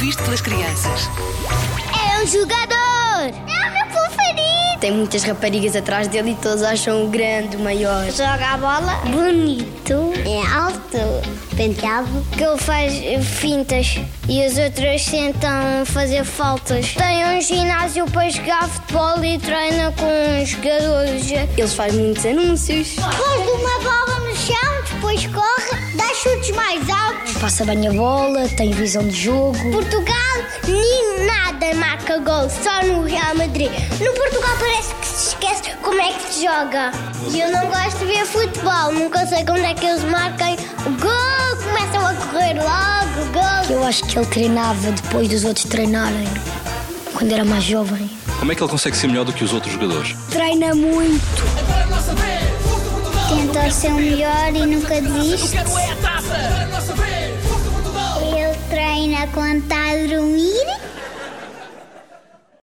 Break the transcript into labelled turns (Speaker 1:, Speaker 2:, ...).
Speaker 1: visto pelas crianças.
Speaker 2: É um jogador! É o meu preferido!
Speaker 3: Tem muitas raparigas atrás dele e todas acham o grande, o maior.
Speaker 2: Joga a bola bonito, é alto, penteado, que ele faz fintas e as outras tentam fazer faltas. Tem um ginásio para jogar futebol e treina com os jogadores.
Speaker 3: Eles fazem muitos anúncios.
Speaker 2: Pôs uma bola no chão, depois corre, dá chutes mais altos. Passa bem a bola, tem visão de jogo. Portugal nem nada marca gol, só no Real Madrid. No Portugal parece que se esquece como é que se joga. E eu não gosto de ver futebol, nunca sei como é que eles marcam gol, começam a correr logo, gol.
Speaker 4: Eu acho que ele treinava depois dos outros treinarem, quando era mais jovem.
Speaker 5: Como é que ele consegue ser melhor do que os outros jogadores?
Speaker 4: Treina muito.
Speaker 2: Tentar ser o melhor e nunca desiste. Ele treina quando está a dormir.